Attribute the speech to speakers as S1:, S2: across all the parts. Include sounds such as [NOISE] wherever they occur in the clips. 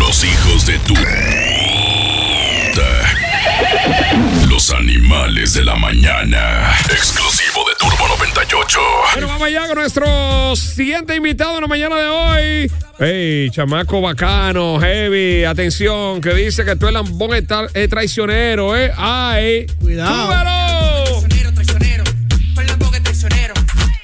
S1: Los hijos de tu Los animales de la mañana. Exclusivo de Turbo 98.
S2: Bueno, vamos allá con nuestro siguiente invitado en la mañana de hoy. Hey, chamaco bacano, heavy, atención, que dice que tú el lambón es, e- tra- es traicionero, ¿eh? ¡Ay!
S3: Cuidado.
S2: ¡Súbelo!
S4: Traicionero, traicionero. Tú el lambón es traicionero.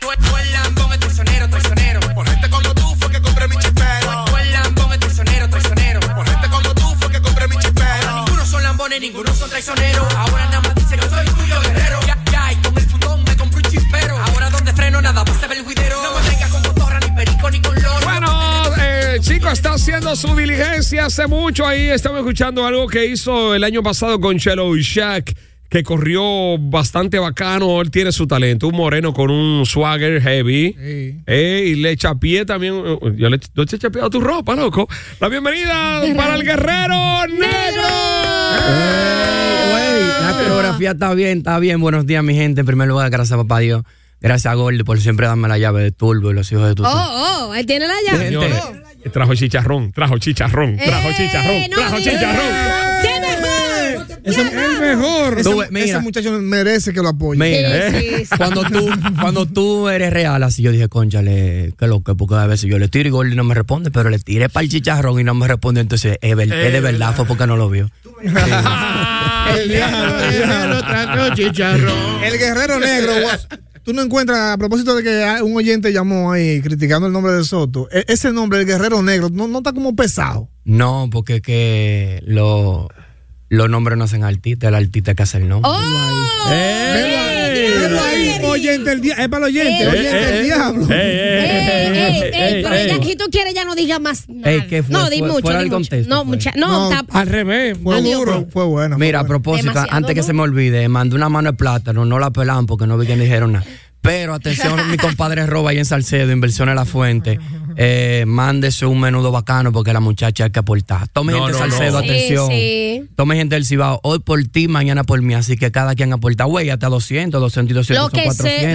S4: Tú, tú el lambón es traicionero, traicionero.
S1: Por gente como tú fue que compré mi chipero.
S4: Tú el lambón es traicionero, traicionero.
S1: Por gente como tú fue que compré mi chipero.
S4: Ninguno son lambones, ninguno son traicioneros. Ahora nada más dice que soy tuyo, guerrero. Ya, ya, y con el fundón me compré un chispero. Ahora donde freno nada más se ve el guidero. No me vengas con cotorra, ni perico, ni con loro.
S2: Bueno, eh, el chico está haciendo su diligencia hace mucho. Ahí estamos escuchando algo que hizo el año pasado con Chelo y Shaq, que corrió bastante bacano. Él tiene su talento, un moreno con un swagger heavy.
S3: Sí.
S2: Eh, y le chapié también. eh, Yo le yo te he chapeado tu ropa, loco. La bienvenida para el guerrero negro.
S5: Güey, la coreografía está bien, está bien. Buenos días, mi gente. En primer lugar, gracias a papá Dios. Gracias a Gordy por siempre darme la llave de Turbo y los hijos de tu.
S6: Oh, oh, él tiene la llave.
S2: Eh, Señores, trajo chicharrón, trajo chicharrón, trajo
S6: Eh,
S2: chicharrón,
S6: no
S2: trajo
S6: diga.
S2: chicharrón.
S6: ¡Qué mejor!
S3: Ese es el mejor.
S5: Tú,
S3: Ese,
S5: mira.
S3: ese muchacho merece que lo apoye.
S5: Mira,
S6: Sí, sí, sí.
S5: cuando tú, cuando tú eres real, así yo dije, conchale, que lo que, porque a veces yo le tiro y Gordy no me responde, pero le tiré para el chicharrón y no me responde. Entonces, es, ver- es de verdad, fue porque no lo vio.
S3: El [LAUGHS] diablo, el diablo trajo chicharrón. El guerrero negro. [LAUGHS] guas- Tú no encuentras, a propósito de que un oyente llamó ahí criticando el nombre de Soto, e- ese nombre, el guerrero negro, no, no está como pesado.
S5: No, porque es que lo- los nombres no hacen artista, el artista que hace el nombre.
S6: ¡Oh! ¡Ey,
S3: Pero eh, ahí,
S6: Jerry!
S3: oyente el diablo. Es para el oyente,
S6: Eh,
S3: oyente el diablo.
S2: Ey, ey,
S6: Ey, ey,
S2: ey,
S6: ey,
S2: ey,
S6: pero
S2: ey.
S6: ya, eh, si tú quieres ya no digas más nada.
S5: Ey, ¿qué fue?
S6: No, di
S5: Fue-
S6: mucho,
S5: fuera
S6: di
S5: del
S6: mucho.
S5: contexto,
S6: no,
S5: fue.
S6: mucha,
S3: No,
S6: no, tap-
S2: Al revés.
S3: Fue
S6: Adiós,
S3: duro,
S6: bro.
S3: fue bueno. fue
S5: Mira, a
S3: bueno.
S5: propósito,
S6: Demasiado,
S5: antes que
S6: ¿no?
S5: se me olvide, eh, mandé una mano de plátano, no la pelaban porque no vi que le dijeron nada. Pero
S6: [LAUGHS]
S5: atención, mi compadre Roba ahí en Salcedo, Inversiones La Fuente. Eh, mándese un menudo bacano porque la muchacha hay que aportar. Tome
S2: No,
S5: gente
S2: no,
S5: Salcedo,
S2: no.
S5: atención.
S6: Sí, sí.
S5: Tome gente del Cibao, hoy por ti, mañana por mí. Así que cada quien aporta, güey, hasta 200, 200, 200,
S6: Lo que sea,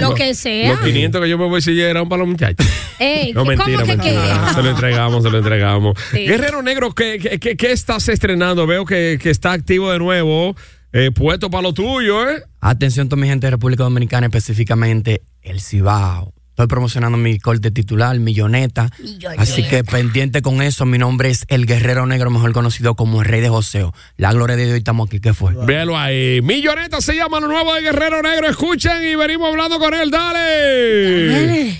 S5: 400.
S6: lo que sea.
S2: Los 500 que yo me voy a seguir eran para los muchachos.
S6: Ey,
S2: No,
S6: Eh, ¿cómo
S2: mentira,
S6: que
S2: mentira.
S6: qué? Ah,
S2: Se lo entregamos, se lo entregamos.
S6: Sí.
S2: Guerrero Negro, ¿qué, qué- qué- qué estás estrenando? Veo que, que está activo de nuevo, eh, puesto para lo tuyo, ¿eh?
S5: Atención, toda mi gente de República Dominicana, específicamente el Cibao. Estoy promocionando mi corte titular, Milloneta. Así que pendiente con eso. Mi nombre es El Guerrero Negro, mejor conocido como el Rey de Joseo. La gloria de Dios, estamos aquí. ¿Qué fue?
S2: Véalo ahí. Milloneta se llama lo nuevo de Guerrero Negro. Escuchen y venimos hablando con él. Dale.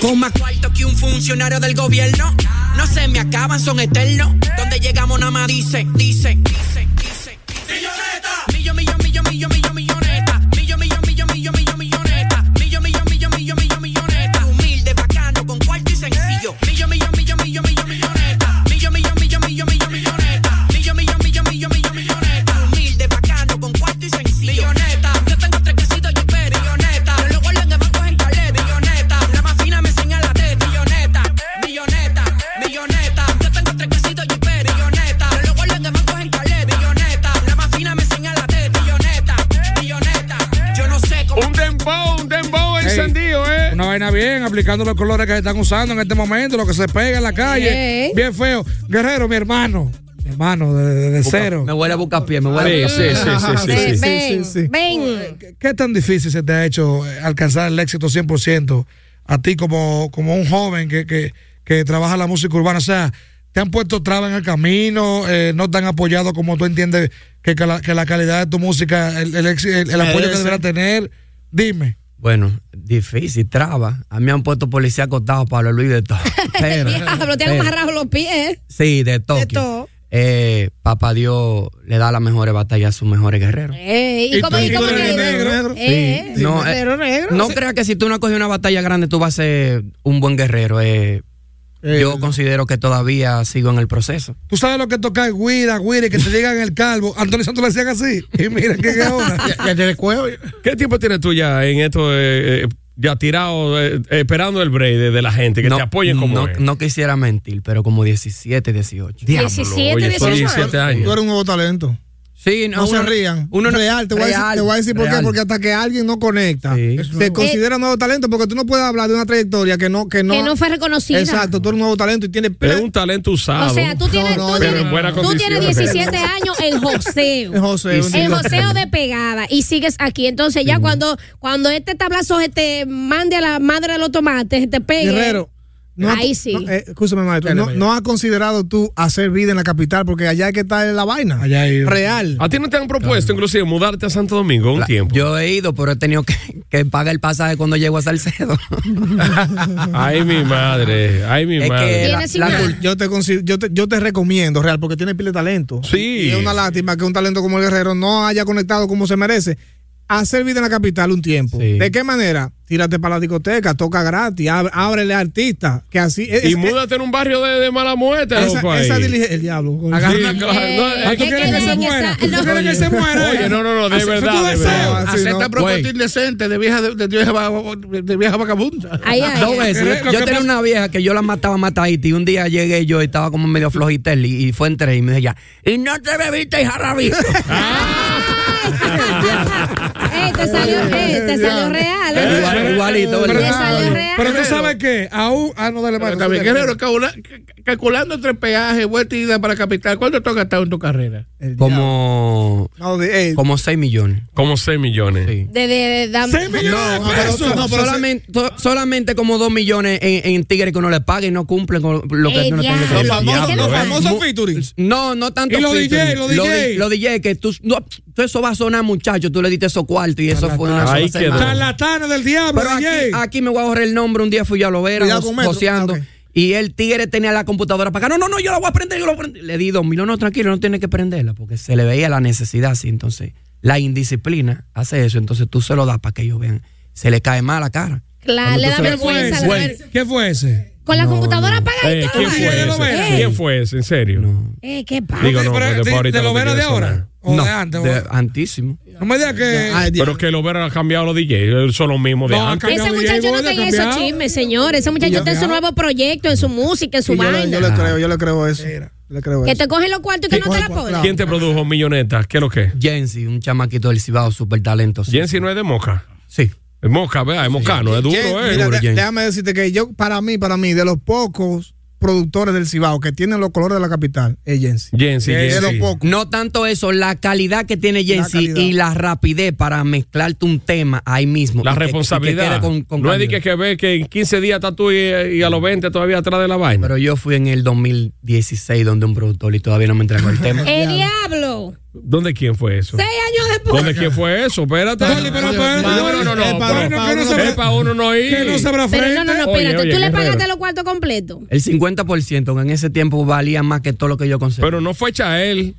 S4: Con más cuarto que un funcionario del gobierno. No se me acaban, son eternos. Donde llegamos nada más dicen, dicen, dicen, dicen. Milloneta. Millón, millón, millón, millón, millón, milloneta. Millón, millón, millón, millón, millón, milloneta. Millón, millón, millón, millón, millón, milloneta. Humilde, bacano, con cuarto y sencillo. Millón, millón, millón, millón, millón, milloneta. Millón, millón, millón, millón, millón, milloneta. Millón, millón, millón, millón, millón, milloneta. Humilde, bacano, con cuarto y sencillo. Milloneta. Yo tengo tres quesitos y espera. Milloneta. Yo lo guardo en bancos en caleta. Milloneta. La más fina me enseña la teta. Milloneta. Milloneta. Milloneta. Yo tengo tres
S2: eh.
S7: bien, aplicando los colores que se están usando en este momento, lo que se pega en la calle.
S3: Eh.
S6: Ey.
S7: Bien feo. Guerrero, mi hermano. Mi hermano, de, de- de cero.
S5: Me huele a buscar pie, me huele a
S2: Sí, sí, sí, sí, sí, sí.
S6: Ven,
S3: sí,
S6: ven,
S3: sí, sí.
S6: ven.
S7: ¿Qué- ¿Qué tan difícil se te ha hecho eh, alcanzar el éxito 100% a ti como, como un joven que, que, que trabaja la música urbana? O sea, ¿te han puesto trabas en el camino? Eh, ¿No te han apoyado como tú entiendes que, que la, que la calidad de tu música, el, el ex- el- el apoyo que deberá tener? Dime.
S5: [LAUGHS] Bueno, difícil, traba. A mí me han puesto policía acostado, Pablo
S2: [LAUGHS]
S5: Luis, de todo. Pero,
S6: Diablo, te han
S5: pero-
S6: amarrado los pies.
S5: Sí, de todo.
S6: De todo.
S5: Eh, papá Dios le da las mejores batallas a sus mejores guerreros.
S6: Ey, ¿Y
S7: Y
S6: cómo
S7: tú
S6: y
S7: eres
S6: cómo
S7: negro,
S6: negro?
S7: negro.
S6: Eh,
S5: Sí, no, eh,
S6: Pero negro.
S5: No creas que si tú no has cogido una batalla grande, tú vas a ser un buen guerrero. eh. yo considero que todavía sigo en el proceso.
S7: ¿Tú sabes lo que toca en Guira, Guira, y que te digan el calvo? Antonio Santos le hacían así. Y mira qué es ahora.
S3: Ya te recuerdo.
S2: ¿Qué tiempo tienes tú ya en esto, eh, eh, ya tirado, eh, esperando el break de, de la gente, que te apoyen como
S5: no,
S2: es?
S5: no quisiera mentir, pero como 17, 18.
S2: Diablo,
S6: 17,
S2: oye, son
S6: 18
S2: 17 años.
S3: Tú eres un nuevo talento.
S5: Sí,
S3: No, se rían.
S5: Uno no-
S3: real, te voy, a decir,
S5: real,
S3: te voy a decir por qué.
S5: real.
S3: Porque hasta que alguien no conecta,
S5: Sí.
S3: se
S5: Eh.
S3: considera nuevo talento. Porque tú no puedes hablar de una trayectoria que no, que no,
S6: Que no fue reconocida.
S3: Exacto, tú eres un nuevo talento y tienes.
S2: Es un talento usado.
S6: O sea, tú tienes,
S3: no,
S6: tú
S3: no,
S2: pero
S6: tienes,
S2: en buena
S6: tú
S2: condición,
S6: tienes
S2: espérate.
S6: 17 años en
S3: [LAUGHS]
S6: joseo.
S3: José, un
S6: En
S3: tipo-
S6: joseo de pegada y sigues aquí. Entonces, ya cuando, cuando este tablazo se te mande a la madre de los tomates, te pegue.
S3: Guerrero. ha-
S6: Ahí sí.
S3: no, eh, escúchame, maestro. No, no has considerado tú hacer vida en la capital porque allá es que está la vaina.
S7: Allá hay-
S3: Real.
S2: ¿A ti no te han propuesto inclusive mudarte a Santo Domingo un
S5: La-
S2: tiempo?
S5: Yo he ido, pero he tenido que, que pagar el pasaje cuando llego a Salcedo.
S2: Ay, mi madre, ay, mi
S5: Es
S2: madre.
S5: que
S6: Viene sin nada.
S5: cul-
S3: Yo te, consi- yo, te, yo te recomiendo, Real, porque tienes pila de talento.
S2: Sí.
S3: Y es una lástima que un talento como el Guerrero no haya conectado como se merece. Hacer vida en la capital un tiempo.
S5: Sí.
S3: ¿De qué manera? Tírate para la discoteca, toca gratis, ab- ábrele a artistas. Que así. es-
S2: y
S3: es-
S2: múdate en un barrio de, de mala muerte, loco,
S3: esa,
S2: ahí.
S3: esa diligencia. El diablo. coño.
S2: Sí,
S7: Agarra
S3: Ah,
S2: claro,
S6: Eh,
S2: no, es
S6: es
S2: que-
S6: que
S7: quieres que se
S6: en esa-
S7: muera? ¿Tú
S6: no.
S7: quieres que se muera?
S2: Oye, no, no, no, de
S7: Así- fue tu
S2: verdad, de
S7: deseo.
S2: verdad.
S3: Así
S7: Acepta
S3: no.
S7: propuesta
S2: Güey.
S7: indecente de vieja, de, de vieja, va- de vieja vagabunda.
S6: Ahí, ahí.
S5: Dos veces.
S7: Lo
S5: Yo
S7: que
S5: tenía
S7: pasa-
S5: una vieja que yo la mataba matadita y un día llegué yo y estaba como medio flojitel y, y fue entre y me dice ya, y no te bebiste y jarabito.
S6: Ey, te salió, ey, te salió real. ¿eh?
S3: Ah.
S5: [LAUGHS] Igual- igualito,
S6: Te
S5: ¿verdad?
S6: salió real.
S7: Pero tú sabes que aún. Ah, no, dale más.
S3: también, Guerrero,
S7: calculando entre peajes, vuelta y ida para capital, ¿cuánto te has gastado en tu carrera?
S3: El diablo.
S5: como,
S3: No, de- eh,
S5: como 6 millones.
S2: Como 6 millones.
S5: Sí.
S6: De, de, de- dam-
S3: no, pero- no, pero-
S5: solamente, to- solamente como 2 millones en, en tigres que no le pagan y no cumplen con lo que
S6: Ey,
S5: uno tiene que
S6: Eh, diablo.
S5: cumplir.
S6: Los famosos-
S5: Diablo,
S3: los
S5: eh.
S3: famosos
S5: Mu-
S3: featuring.
S5: No, no tanto.
S7: Y los
S5: featuring.
S7: DJ, los
S5: Los
S7: DJ.
S5: di- Los DJ, que tú, no, tú eso va a sonar, muchacho. Tú le diste esos cuartos y eso fue una sola
S2: Ahí quedó.
S5: semana.
S7: Charlatanes del diablo,
S5: Pero aquí,
S7: DJ.
S5: aquí me voy a ahorrar el nombre. Un día fui yo a Lovera,
S3: Cuidado
S5: jos-
S3: con Metro.
S5: joseando.
S3: Ah, ok.
S5: Y el tigre tenía la computadora para acá. No, no, no, yo la voy a prender, yo la voy a prender. Le di dos mil. No, no, tranquilo, no tiene que prenderla porque se le veía la necesidad así. Entonces, la indisciplina hace eso. Entonces tú se lo das para que ellos vean. Se le cae mal la cara.
S6: Claro, le da
S7: ¿Qué fue
S6: vergüenza.
S7: ese?
S6: le da
S7: Güey,
S6: ver-
S7: ¿Qué fue ese?
S6: Con la computadora apagada y
S2: Eh,
S6: todo.
S2: ¿Quién fue
S7: Ay,
S2: ese?
S7: Lovera.
S2: ¿Quién fue ese? ¿En serio?
S6: Eh, qué pasa.
S2: Digo, no,
S7: Pero,
S2: porque
S7: ¿de-
S2: para ahorita
S7: de
S2: no te
S7: Lovera de
S2: quiere
S7: ahora?
S2: sonar.
S7: ¿O
S5: no,
S7: de antes?
S5: de- antísimo.
S7: No me digas que.
S3: ay, Dios.
S2: Pero que lo verán ha cambiado los DJs, son los mismos de
S7: No, ha
S2: antes.
S7: cambiado
S6: Ese
S7: DJ,
S6: muchacho no
S7: Gorda,
S6: está
S7: ha
S6: en esos
S7: cambiado.
S6: chismes, señor. Ese muchacho está en su nuevo proyecto, en su música, en su
S3: Sí, yo, le, yo
S6: vaina.
S3: le creo, yo le creo eso. Yo le creo
S6: Que
S3: eso.
S6: te cogen los cuartos y que no te la ponen.
S2: ¿Quién te produjo millonetas? ¿Qué es lo que?
S5: Jensi, un chamaquito del Cibao, súper talentoso.
S2: Jensi no es de Moca.
S5: Sí.
S2: Es Moca, vea, es mocano, es duro,
S3: Jay,
S2: eh.
S3: mira,
S5: duro,
S3: de-
S5: Jay.
S3: déjame decirte que yo, para mí, para mí, de los pocos productores del Cibao que tienen los colores de la capital, es Jensi.
S2: Jensi,
S3: De los
S2: Jensi.
S3: pocos.
S5: No tanto eso, la calidad que tiene Jensi
S3: calidad.
S5: y la rapidez para mezclarte un tema ahí mismo.
S2: La
S5: Y que- y que
S2: responsabilidad.
S5: quede con- con
S2: no es de
S5: calidad.
S2: que, que ve que en 15 días estás tú y, y a los 20 todavía atrás de la vaina.
S5: Pero yo fui en el 2016 donde un productor y todavía no me entregó el
S7: [LAUGHS]
S5: tema.
S6: ¡El diablo!
S2: ¿Dónde quién fue eso?
S6: Seis años después.
S2: ¿Dónde quién fue eso? Espérate.
S7: Oli, pero espérate,
S2: no, no, no, no.
S7: es para
S2: pero-
S7: uno que no sabrá-
S2: Es para uno no ir.
S7: Que no sabrá
S6: Pero
S7: frente.
S6: no, no,
S2: Oye,
S6: no, espérate.
S2: oye,
S6: Tú le
S2: Guerrero.
S6: pagaste los cuartos completos.
S5: El 50% que en ese tiempo valía más que todo lo que yo conseguí.
S2: Pero no fue Chael.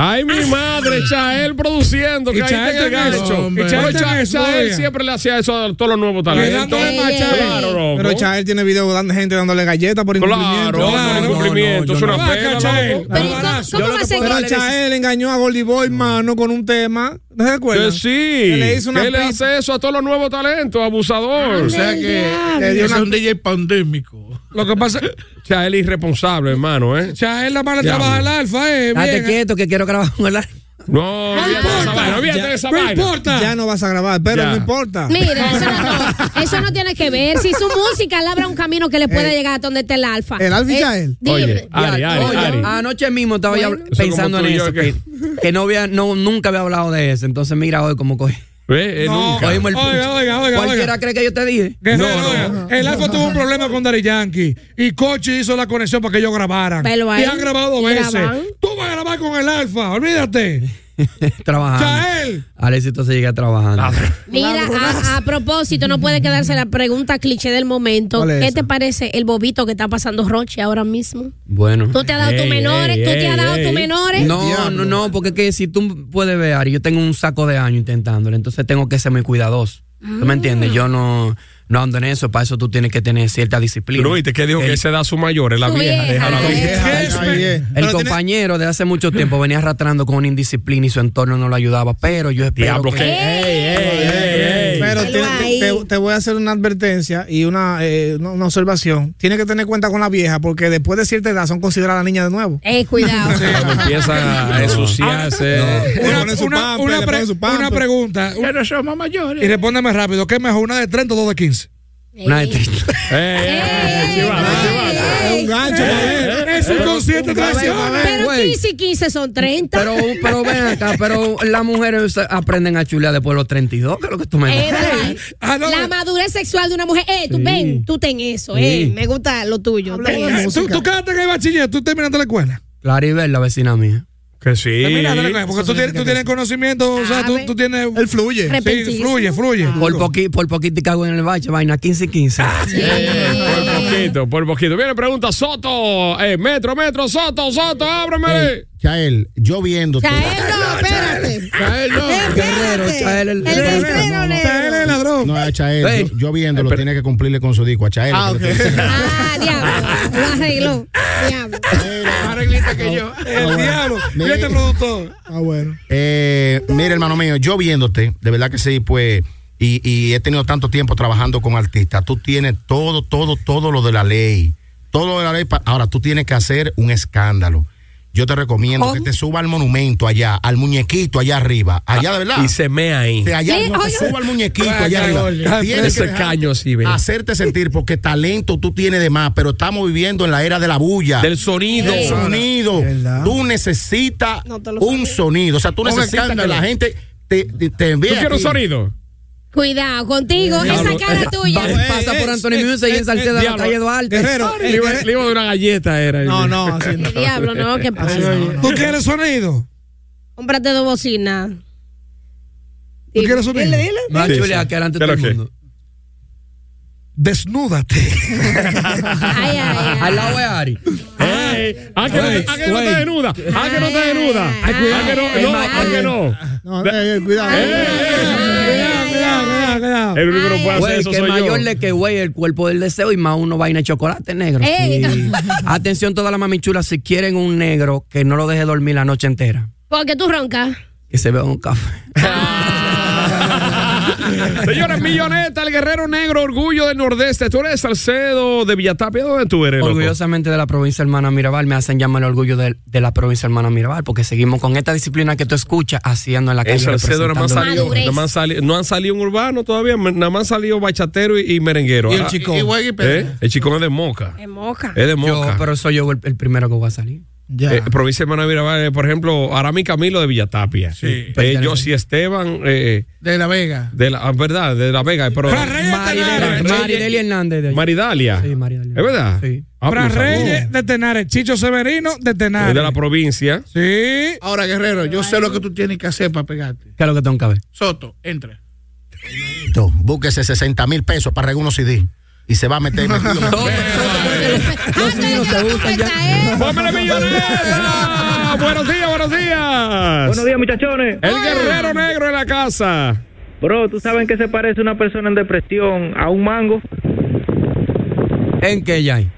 S2: Ay, mi madre, Chael produciendo. Que
S7: Y
S2: ahí
S7: Chael
S2: te
S7: tenía
S2: gancho.
S7: eso, hombre.
S2: Y Chael,
S7: Pero
S2: tenía eso,
S7: Chael
S2: él siempre le hacía eso a todos los nuevos
S7: Le dan
S2: talentos.
S7: más
S6: Ey, ey,
S7: a Chael.
S2: Claro, loco.
S3: Pero Chael tiene videos dando gente dándole galletas por incumplimiento.
S2: Claro, por
S5: no,
S2: incumplimiento.
S5: no,
S2: Es
S5: yo
S2: una
S5: no.
S2: pena.
S7: Chael.
S2: loco.
S6: Pero ¿y ¿cómo,
S7: Yo
S6: cómo
S5: lo
S6: va a
S5: que
S6: ser
S5: puedo
S3: Pero
S6: que-
S5: darle-
S3: Chael engañó a Goldie Boy, mano, con un tema. ¿No se acuerdan?
S2: Que sí.
S3: Que le hizo una
S2: Que le
S3: pista.
S2: hace eso a todos los nuevos talentos, abusador. O sea que
S3: Le dio una-
S7: DJ pandémico. Lo que pasa.
S2: Chael irresponsable, hermano, ¿eh?
S7: Chael la mala
S2: Diablo.
S7: trabaja el alfa, eh.
S5: Date
S7: bien,
S2: [LAUGHS]
S7: eh.
S5: quieto que quiero grabar un live.
S2: No, olvídate de esa vaina, Ah, olvídate de esa vaina.
S3: Ya no vas a grabar, pero
S2: Ya.
S3: no importa.
S6: Mira, eso no, eso no tiene que ver. Si su música le abra un camino que le pueda llegar a donde está el alfa.
S3: El Alfa y
S6: Eh,
S3: Yael.
S6: dime,
S2: Oye, Ari, Ari,
S5: Oye,
S2: Ari.
S5: Anoche mismo estaba ya
S6: Bueno.
S2: Eso
S5: pensando
S2: como
S5: en
S2: tú y yo
S5: eso, que,
S2: que-
S5: que no había, no, nunca había hablado de eso. Entonces mira hoy cómo cogí.
S2: Ve, eh, nunca.
S5: Cogimos el
S7: Oiga,
S5: punto.
S7: oiga, oiga,
S5: Cualquiera cree que yo te dije. [LAUGHS]
S7: Guerrero,
S2: No, no,
S7: oiga, el Alfa tuvo un problema con Dari Yankee y Cochi hizo la conexión para que ellos grabaran.
S6: Pero ahí
S7: y han grabado veces.
S6: graban.
S7: Tú vas a grabar con el Alfa, olvídate.
S3: Ah,
S5: Trabajando.
S7: Chael.
S5: Alexis, entonces llega trabajando.
S6: Mira, a, a propósito, no puede quedarse la pregunta cliché del momento.
S3: ¿Cuál es
S6: ¿Qué
S3: esa?
S6: te parece el bobito que está pasando Roche ahora mismo?
S5: Bueno.
S6: ¿Tú te has dado
S2: Ey,
S6: tus menores?
S2: ey,
S6: ¿Tú te
S2: ey,
S6: has dado
S2: ey.
S6: tus menores?
S5: No, no, no, porque es que si tú puedes ver, Ari, yo tengo un saco de años intentándolo, entonces tengo que ser muy cuidadoso. ¿Tú me entiendes? Yo no, no ando en eso, para eso tú tienes que tener cierta disciplina.
S2: Luis, ¿te qué dijo que
S5: El-
S2: se da su mayor? Es la
S6: Su
S2: vieja.
S6: vieja,
S2: déjala
S6: la
S2: ahí.
S6: vieja.
S5: El compañero de hace mucho tiempo venía arrastrando con una indisciplina y su entorno no lo ayudaba, pero yo espero
S2: Diablo,
S5: que...
S2: que. Ey, ey, ey.
S3: Pero
S6: Algo
S3: te,
S6: ahí.
S3: te- te voy a hacer una advertencia y una, eh, una, una observación. Tienes que tener cuenta con la vieja porque después de cierta edad son consideradas niñas de nuevo.
S6: Eh, cuidado.
S2: Cuando empieza a ensuciarse.
S7: Una,
S3: ponen su
S7: una-
S3: pamper, le
S7: una pre-
S3: ponen su pamper.
S7: una pregunta. un- Y respóndeme rápido, ¿qué es mejor, una de 30 o dos de 15?
S5: Una de tres.
S2: Ey, ey,
S6: ¿Eh?
S2: ey, chivata, chivata.
S3: Es un gancho.
S7: Eh, es un consciente traición.
S6: Pero
S5: Güey.
S6: 15 y 15 son 30.
S5: Pero, pero ven acá, pero las mujeres aprenden a chulear después de los 32, que es lo que tú me
S6: Eh,
S5: dices.
S6: ¿verdad?
S7: Ah, no.
S6: La madurez sexual de una mujer. Eh, tú ven, tú ten eso. Eh, me gusta lo tuyo. ten
S3: de
S6: eso.
S7: Tú, tú quedaste en el bachiller, tú terminaste la escuela.
S5: Claribel, la vecina mía.
S2: Que sí.
S7: Terminaste la escuela, porque tú tienes, tú tienes conocimiento, o sea, tú,
S6: Sabe.
S7: tú tienes...
S3: Él fluye.
S7: Sí,
S6: Repentismo.
S7: fluye, fluye.
S5: Por, poqui, por poquito cago en el bache, vaina 15 y 15.
S2: Por poquito, por poquito. Viene pregunta Soto. Eh, metro, metro, Soto, Soto, ábreme.
S8: Chael, yo viéndote.
S6: Chael, no, espérate.
S2: Chael, no.
S5: Guerrero, Chael, el-
S6: El guerrero negro.
S7: Él es ladrón.
S8: No, a Chael,
S5: Ey.
S8: yo, yo viéndolo, tiene que cumplirle con su disco. A Chael.
S3: Ah,
S8: que lo
S3: ok.
S8: estoy diciendo.
S6: Ah, diablo. Lo arregló. Diablo.
S7: El diablo.
S8: Me-
S7: Y este productor.
S3: Ah, bueno.
S8: Eh, mira, hermano mío, yo viéndote, de verdad que sí, pues, y, y he tenido tanto tiempo trabajando con artistas. Tú tienes todo, todo, todo lo de la ley. Todo lo de la ley. pa- Ahora, tú tienes que hacer un escándalo. Yo te recomiendo que te suba al monumento allá, al muñequito allá arriba. Allá, de verdad.
S2: Y se mea ahí.
S8: De allá,
S6: Sí,
S8: no, te
S6: oiga.
S8: suba al muñequito
S2: Ah,
S8: allá
S2: cabrón.
S8: arriba. Tienes
S2: Ese
S8: que dejar-
S2: caño sí, ve.
S8: Hacerte sentir, porque talento tú tienes de más, pero estamos viviendo en la era de la bulla.
S2: Del sonido.
S8: El sonido.
S3: ¿Verdad?
S8: Tú necesitas
S6: No te lo
S8: un sonido. O sea, tú necesitas que
S2: escándalo.
S8: la gente te, te, te
S2: ¿Tú
S8: vea.
S2: quieres un
S8: aquí.
S2: sonido?
S6: Cuidado contigo. Esa cara tuya.
S2: eh,
S5: Va- eh, pasa por Anthony Music y en Salcedo de la
S2: diablo.
S5: calle Duarte.
S3: Guerrero.
S2: Le iba, le iba a dar una galleta, era.
S3: No, no, así no.
S6: Eh, Diablo, no, ¿qué pasa?
S7: ¿Tú quieres sonido?
S6: Cómprate dos bocinas.
S7: ¿Tú quieres sonido?
S5: Me va a
S2: Sí,
S5: chulear
S2: sí.
S5: aquí delante de
S2: Claro
S5: todo el
S2: que-
S5: mundo.
S7: Desnúdate.
S6: Ay, ay,
S5: [LAUGHS] Al
S6: ay.
S5: lado de Ari.
S2: Ey, ah, que no, te- ah, que no
S7: Güey,
S2: te desnuda. Ah, que no te
S6: Ay,
S2: desnuda.
S6: ay,
S2: Ah, que
S6: ay,
S2: no, no,
S6: ay.
S2: ah, que no.
S3: [LAUGHS] No, eh, eh, cuidado.
S6: ay,
S7: Cuidado, cuidado.
S2: El único que no puede hacer
S5: Güey,
S2: eso
S5: Pues, que
S2: soy yo.
S5: mayor le que güey el cuerpo del deseo y más uno vaina de chocolate negro.
S6: Ey.
S5: Sí. Atención toda la mamichula, si quieren un negro que no lo deje dormir la noche entera,
S6: Porque tú roncas.
S5: que se vea
S2: [LAUGHS]
S5: un café.
S2: [LAUGHS] Ah, Señores, Milloneta, el guerrero negro, orgullo del nordeste. Tú eres Salcedo de Villatapia. ¿Dónde tú eres, loco?
S5: Orgullosamente de la provincia hermana Mirabal, me hacen llamar el orgullo del- de, la provincia hermana Mirabal, porque seguimos con esta disciplina que tú escuchas haciendo en la
S2: En
S5: calle.
S2: Salcedo nada más
S5: representando-
S2: salió-
S6: Madurez.
S2: nada más salió- no han salido un urbano todavía, me- nada más han salido bachatero y, y merenguero.
S7: Y el
S2: Ah,
S7: chicón.
S2: ¿eh?
S7: Y güey, y pera.
S2: El chicón es de moca.
S6: Es moca.
S2: Es de
S5: Yo,
S2: moca.
S5: pero soy yo el, el primero que voy a salir.
S3: Ya.
S2: Eh, provincia de Manavirabal, eh, por ejemplo, Arami Camilo de Villatapia. Sí. Eh, Yossi Esteban eh,
S7: De La Vega.
S2: de la ah, verdad, de la Vega, pero
S7: Fran Reyes de Tenares.
S2: Mari-
S5: Marideli Hernández de allá.
S2: Maridalia.
S5: Sí, Maridalia.
S2: ¿Es verdad?
S5: Sí.
S2: Ah,
S7: Fran
S3: Eh,
S2: pues,
S7: Reyes de Tenares. Chicho Severino de
S2: saludos. Es de la
S7: Tenares.
S2: provincia.
S7: Sí.
S4: Ahora, Guerrero, yo sé lo que tú tienes que hacer para pegarte.
S5: ¿Qué es lo que tengo que ver?
S4: Soto, entra.
S8: Listo, Búsquese 60 mil pesos para regalar unos CD. Y se va a meter.
S4: [LAUGHS]
S8: metido.
S5: Todo- todo- porque los- los niños se usan ya.
S6: eh.
S5: [LAUGHS]
S2: ¡Póngale milloneta! ¡Buenos días, buenos días!
S9: Buenos días, muchachones.
S2: El guerrero negro en la casa.
S9: Bro, ¿tú saben qué se parece una persona en depresión a un mango?
S5: ¿En qué ya hay?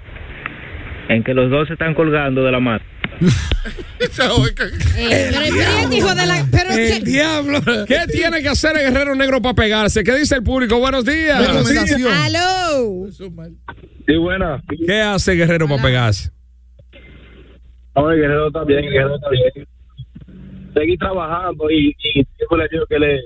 S9: En que los dos se están colgando de la mata.
S6: Eh, pero espérate, hijo de la. Pero es
S7: El
S6: que.
S7: diablo. [LAUGHS]
S2: ¿Qué tiene que hacer el guerrero negro para pegarse? ¿Qué dice el público? Buenos días.
S3: Recomendación.
S6: ¡Aló!
S9: Sí, buena.
S2: ¿Qué hace el guerrero para pegarse?
S9: No, el guerrero también, el guerrero también.
S10: seguir trabajando y, y yo le digo que le,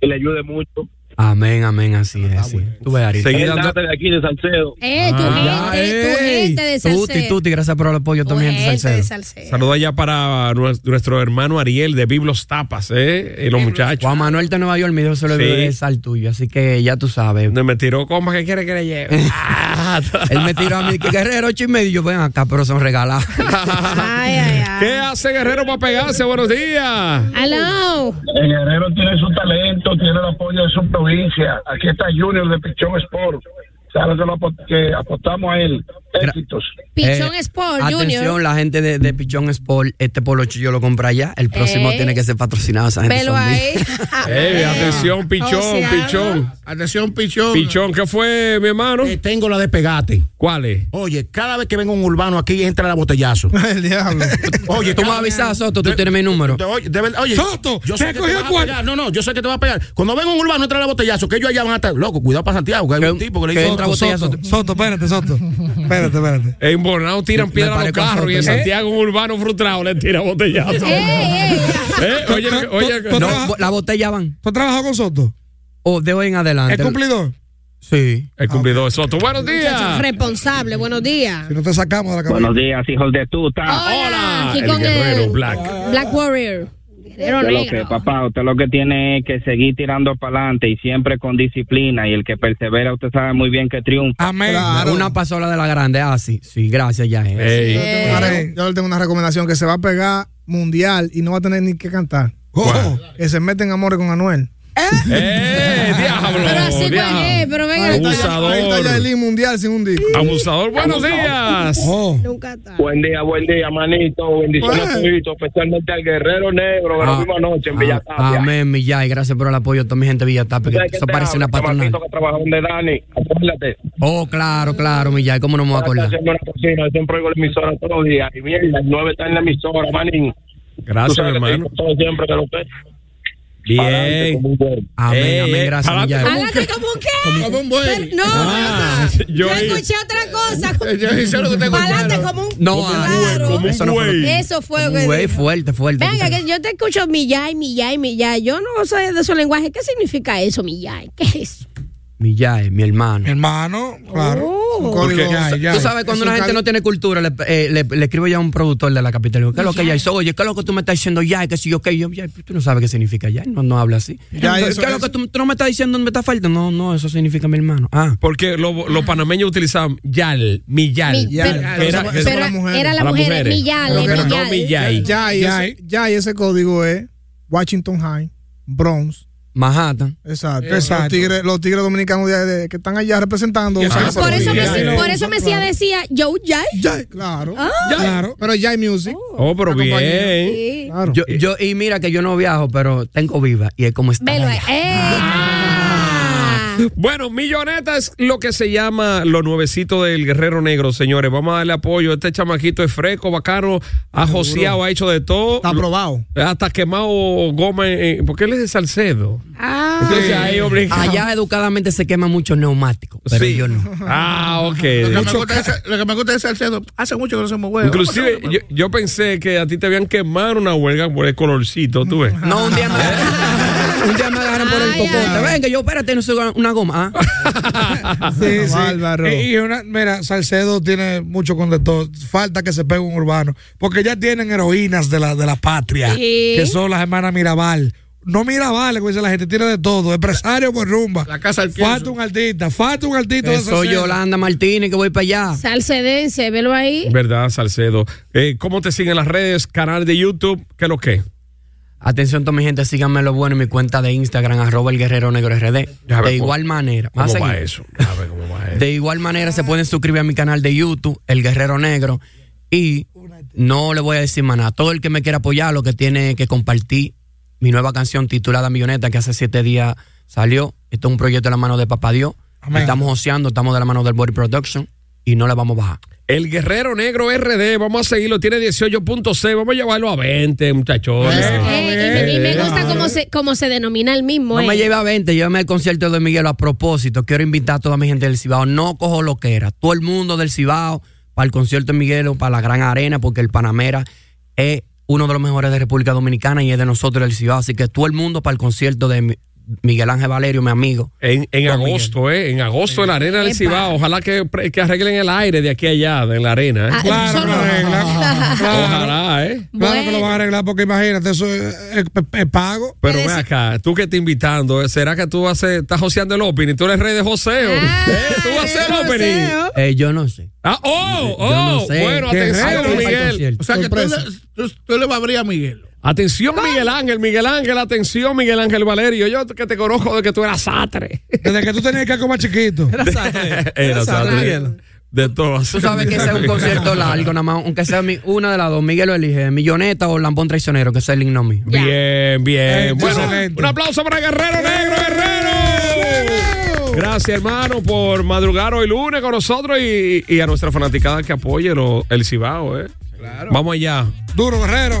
S10: que le ayude mucho.
S5: Amén, amén, así
S6: Ah,
S5: es. sí. Tú ves, Ari.
S10: Él nace de aquí de
S7: [LAUGHS]
S10: Salcedo.
S6: Eh, tu gente, tu gente de
S5: Ah, Tuti,
S6: Salcedo.
S5: Tuti, gracias por el apoyo también de
S6: Gente de
S5: Salcedo.
S6: Salcedo.
S2: Saludos allá para nues- nuestro hermano Ariel de Biblos Tapas, ¿eh? Y los muchachos.
S5: Juan Manuel de Nueva York me dijo solo
S2: Sí.
S5: es al tuyo, así que ya tú sabes.
S2: Me tiró compa que quiere que le lleve.
S5: Él me tiró a mí, que guerrero ocho y medio, yo ven acá, pero son regalados.
S2: ¿Qué hace Guerrero para pegarse? Buenos días.
S6: Hello.
S11: El Guerrero tiene su talento, tiene el apoyo de su provincia. Aquí está Junior de Pichón Sport. Sabes que, lo apo- que apostamos a él. Éxitos.
S6: [LAUGHS] Pichón
S5: Eh,
S6: Sport
S5: Atención,
S6: Junior.
S5: la gente de, de Pichón Sport, este polocho yo lo compré allá. El próximo
S6: Eh.
S5: tiene que ser patrocinado. Esa gente
S6: Velo
S5: son míos.
S6: [LAUGHS] ahí.
S2: [LAUGHS] Ey, atención, pichón,
S6: Oceano.
S2: pichón.
S8: Atención, pichón.
S2: Pichón, ¿qué fue, mi hermano?
S8: Eh, tengo la de pegate.
S2: ¿Cuál es?
S8: Oye, cada vez que venga un urbano aquí entra la [LAUGHS] botellazo.
S3: El diablo.
S8: Oye,
S5: Tú me
S8: cada-
S5: avisas, Soto, tú
S8: De-
S5: tienes mi número.
S8: de- oye, de verdad, oye,
S7: Soto,
S8: yo
S7: te
S8: sé que te
S7: cogió
S8: vas a
S7: cual-
S8: pegar. No, no, yo sé que te va a pegar. Cuando venga un urbano entra la botellazo, que ellos allá van a estar. Loco, cuidado para Santiago, que hay un tipo que le
S5: que
S8: dice.
S5: entra
S8: Soto,
S5: botellazo.
S8: Soto.
S7: Soto, espérate, Soto. Espérate, espérate.
S2: En Bornao tiran
S5: Me
S2: piedra a los
S5: paré con
S2: carros y en
S5: Soto, ya.
S2: Santiago un urbano frustrado le tira botellazo.
S6: Ey, ey.
S2: [LAUGHS] Eh, Oye, oye.
S7: tú-
S5: No,
S7: trabajas-
S5: bo- la botella van.
S7: ¿Tú has trabajado con Soto?
S5: O de hoy en adelante.
S7: ¿Es cumplidor?
S5: Sí.
S2: El cumplidor de Soto. Buenos
S6: Muchachos,
S2: días.
S6: Responsable, buenos días.
S7: Si no te sacamos de la cabeza.
S9: Buenos días, hijos de tuta.
S6: Hola, aquí
S2: El
S6: con
S2: guerrero
S6: el
S2: Black.
S6: Black Warrior. Guerrero
S9: Usted lo que,
S6: negro.
S9: papá, usted lo que tiene es que seguir tirando para adelante y siempre con disciplina. Y el que persevera, usted sabe muy bien que triunfa.
S7: Amén.
S3: Claro.
S5: Una pasola de la grande. Ah, sí. Sí, gracias, ya. es.
S6: Eh,
S2: Ey.
S3: Yo le
S7: Eh.
S3: tengo una- Yo le tengo una recomendación que se va a pegar mundial y no va a tener ni que cantar.
S7: ¿Cuál?
S3: Que se meten amores con Anuel.
S2: ¡Eh, diablo!
S6: Pero así
S2: diablo.
S6: cuál es, pero venga.
S2: Abusador.
S3: Ahí está Yailin mundial sin un disco.
S2: Abusador, buenos días.
S7: Oh.
S6: Nunca está.
S10: Buen día, buen día, manito. Bendiciones a
S3: Bueno.
S10: toditos, especialmente al Guerrero Negro de
S5: Ah,
S10: la misma noche en
S5: ah,
S10: Villa Tapia.
S5: Amén, mi Yay. Gracias por el apoyo también, gente de Villatapia.
S10: Tú sabes
S5: que
S10: que
S5: Eso
S10: te
S5: parece
S10: hablo,
S5: una patronal.
S10: chamaquito que trabajó donde Dani, acuérdate.
S5: Oh, claro, claro, mi Yay. ¿Cómo no me voy a
S10: Está
S5: acordar?
S10: haciendo una cocina, yo siempre oigo la emisora todos los días. Y mierda, el 9 está en la emisora, manín. Tú
S2: Gracias,
S10: sabes que te
S2: hermano.
S10: digo todo siempre que lo sé. Adelante,
S2: Bien.
S10: como un buen.
S5: Amén,
S2: Eh,
S5: amén. Gracias, mi
S2: adelante,
S5: Yay.
S6: Hágate como un qué.
S8: Como un buen.
S6: Pero- No,
S2: Ah,
S6: Rosa,
S2: yo
S6: yo
S2: oí.
S6: escuché otra cosa.
S8: [LAUGHS] Yo hice lo que te
S6: Pa'lante
S8: escucharon.
S6: como un
S5: No, ah,
S6: claro.
S5: Ari, eso no fue lo que-
S6: Eso fue lo
S5: Como
S6: que
S5: un güey
S6: dijo.
S5: fuerte, fuerte.
S6: Venga,
S5: quizás.
S6: que yo te escucho millay, millay, millay. Yo no sé de su lenguaje. ¿Qué significa eso, millay? ¿Qué es eso?
S5: Mi Yay, mi hermano.
S7: Mi hermano, claro.
S6: Oh.
S7: Un código.
S2: Porque-
S7: Ya, ya.
S5: Tú sabes,
S3: Es
S5: cuando una
S3: un
S5: gente
S3: cal-
S5: no tiene cultura, le, eh, le- le escribo ya a un productor de la capital. digo, ¿Qué es lo que ya hizo? Oye, ¿qué es lo que tú me estás diciendo ya? Que si yo, que yo, ya, pues, tú no sabes qué significa ya. No, no habla así.
S3: Ya,
S5: ¿Qué
S3: eso-
S5: es lo que
S3: eso-
S5: tú, tú no me estás diciendo? ¿Me está falta? No, no, eso significa mi hermano. Ah,
S2: Porque lo- los panameños utilizaban yal, mi yal.
S6: Mi-
S2: que
S6: pero-
S2: era- que era-
S3: Eso para
S6: pero
S3: las mujeres.
S6: era la
S2: para las
S6: mujer,
S2: mujeres.
S6: millay,
S2: Pero
S6: millay.
S2: no mi yay.
S3: Ya, y ese, ya, y ese código es Washington High, Bronx.
S5: Manhattan.
S3: Exacto.
S7: Exacto.
S3: Los, tigres, los tigres dominicanos de- de- que están allá representando.
S7: ah,
S3: usan ese
S6: Por eso,
S3: código.
S6: me,
S3: Ya,
S6: por eso Mesías decía, yo, yay.
S3: ya, claro.
S6: Ah.
S3: Claro. Pero ya hay music.
S2: Oh, pero bien.
S6: Sí.
S3: Claro.
S5: Yo, yo, y mira que yo no viajo, pero tengo viva. Y es como está.
S6: Velo ahí. ¡Eh! Ah.
S2: Bueno, Milloneta es lo que se llama lo nuevecito del Guerrero Negro, señores. Vamos a darle apoyo. Este chamaquito es fresco, bacano, ha joseado, ha hecho de todo.
S3: Está aprobado.
S2: Hasta quemado goma. en- porque él es de Salcedo.
S6: Ah.
S2: Entonces ahí obligado.
S5: Allá educadamente se queman muchos neumáticos, pero
S2: Sí.
S5: yo no.
S2: Ah,
S8: Lo que
S2: ok.
S8: me gusta de Sal- lo que me gusta de Salcedo, hace mucho que no somos huevos.
S2: Inclusive yo, yo pensé que a ti te habían quemado una huelga por el colorcito, tú ves.
S5: No, un
S2: [LAUGHS]
S5: día me agarran, un día me agarran por el
S6: Ay,
S5: cocote.
S6: ay.
S5: Ven, que yo, espérate, no soy una goma. Ah.
S7: [LAUGHS]
S3: [LAUGHS]
S7: Sí, sí.
S3: Bárbaro.
S7: Y, y una, mira, Salcedo tiene mucho conductor. Falta que se pegue un urbano. Porque ya tienen heroínas de la, de la patria,
S6: Sí.
S7: que son las hermanas Mirabal. No Mirabal, como dice la gente, tiene de todo. Empresario por rumba.
S8: La casa del
S7: Falta
S8: queso.
S7: un artista, falta un artista. de
S5: Soy
S7: Salcedo.
S5: Yolanda Martínez, que voy para allá.
S6: Salcedense, eh, velo ahí.
S2: Eh, ¿Verdad, Salcedo? Eh, ¿Cómo te siguen las redes? Canal de YouTube, ¿qué es lo que?
S5: Atención, toda mi gente, síganme lo bueno en mi cuenta de Instagram, arroba el guerrero negro RD.
S2: Ya
S5: De
S2: vemos.
S5: igual manera. ¿vas a
S2: ¿Cómo va
S5: Ah, seguir?
S2: eso? eh. A ver cómo va eso.
S5: De igual manera se pueden suscribir a mi canal de YouTube, El Guerrero Negro. Y no le voy a decir más nada. Todo el que me quiera apoyar, lo que tiene que compartir mi nueva canción titulada Milloneta, que hace siete días salió. Esto es un proyecto de la mano de Papá Dios.
S7: Amén.
S5: Estamos oceando, estamos de la mano del Body Production y no la vamos a bajar.
S2: El Guerrero Negro RD, vamos a seguirlo, tiene 18.6, vamos a llevarlo a 20,
S5: Ah,
S2: muchachos.
S6: Eh, y, me, y me gusta cómo se, cómo se denomina el mismo.
S5: No
S6: eh.
S5: me lleve a 20, llévame al concierto de Miguel. A propósito, quiero invitar a toda mi gente del Cibao. No cojo lo que era. Todo el mundo del Cibao para el concierto de Miguel o para la Gran Arena, porque el Panamera es uno de los mejores de República Dominicana y es de nosotros del Cibao. Así que todo el mundo para el concierto de Mi- Miguel Ángel Valerio, mi amigo.
S2: En, en agosto, ¿eh? En agosto en la arena del Cibao. Ojalá que, pre- que arreglen el aire de aquí a allá, de la arena. ¿eh?
S7: Ah, Claro que lo
S8: [LAUGHS]
S7: arreglan. Claro.
S2: Ojalá, ¿eh?
S7: Claro que lo van a arreglar porque imagínate, eso es, es- es pago.
S2: Pero ven acá, tú que te invitando, ¿eh? ¿será que tú haces, estás joseando el opening? ¿Tú eres rey de joseo?
S5: Ah,
S2: ¿Eh? ¿Tú vas a hacer el opening?
S5: Eh, yo no sé.
S2: Ah, oh,
S5: Yo no
S2: oh,
S5: sé.
S2: bueno,
S5: Qué raro.
S2: atención, Miguel.
S5: O sea, que tú
S2: Sorpresa.
S12: le va a abrir a Miguel.
S2: Atención, Miguel Ángel, Miguel Ángel, atención, Miguel Ángel Valerio. Yo que te conozco de que tú eras sastre.
S7: Desde que tú tenías que comer chiquito. [LAUGHS]
S2: Era
S5: sastre,
S2: sastre.
S5: Miguel.
S2: De todas.
S5: Tú sabes que ese es un concierto largo, nada más. Aunque sea mi- una de las dos, Miguel lo elige, Milloneta o Lambón Traicionero, que ese es el himno mío.
S2: Bien, bien. Bueno,
S5: excelente.
S2: un aplauso para Guerrero Negro, Guerrero. Gracias, hermano, por madrugar hoy lunes con nosotros y, y a nuestra fanaticada que apoye lo- el Cibao, ¿eh? Vamos allá.
S7: Duro, Guerrero.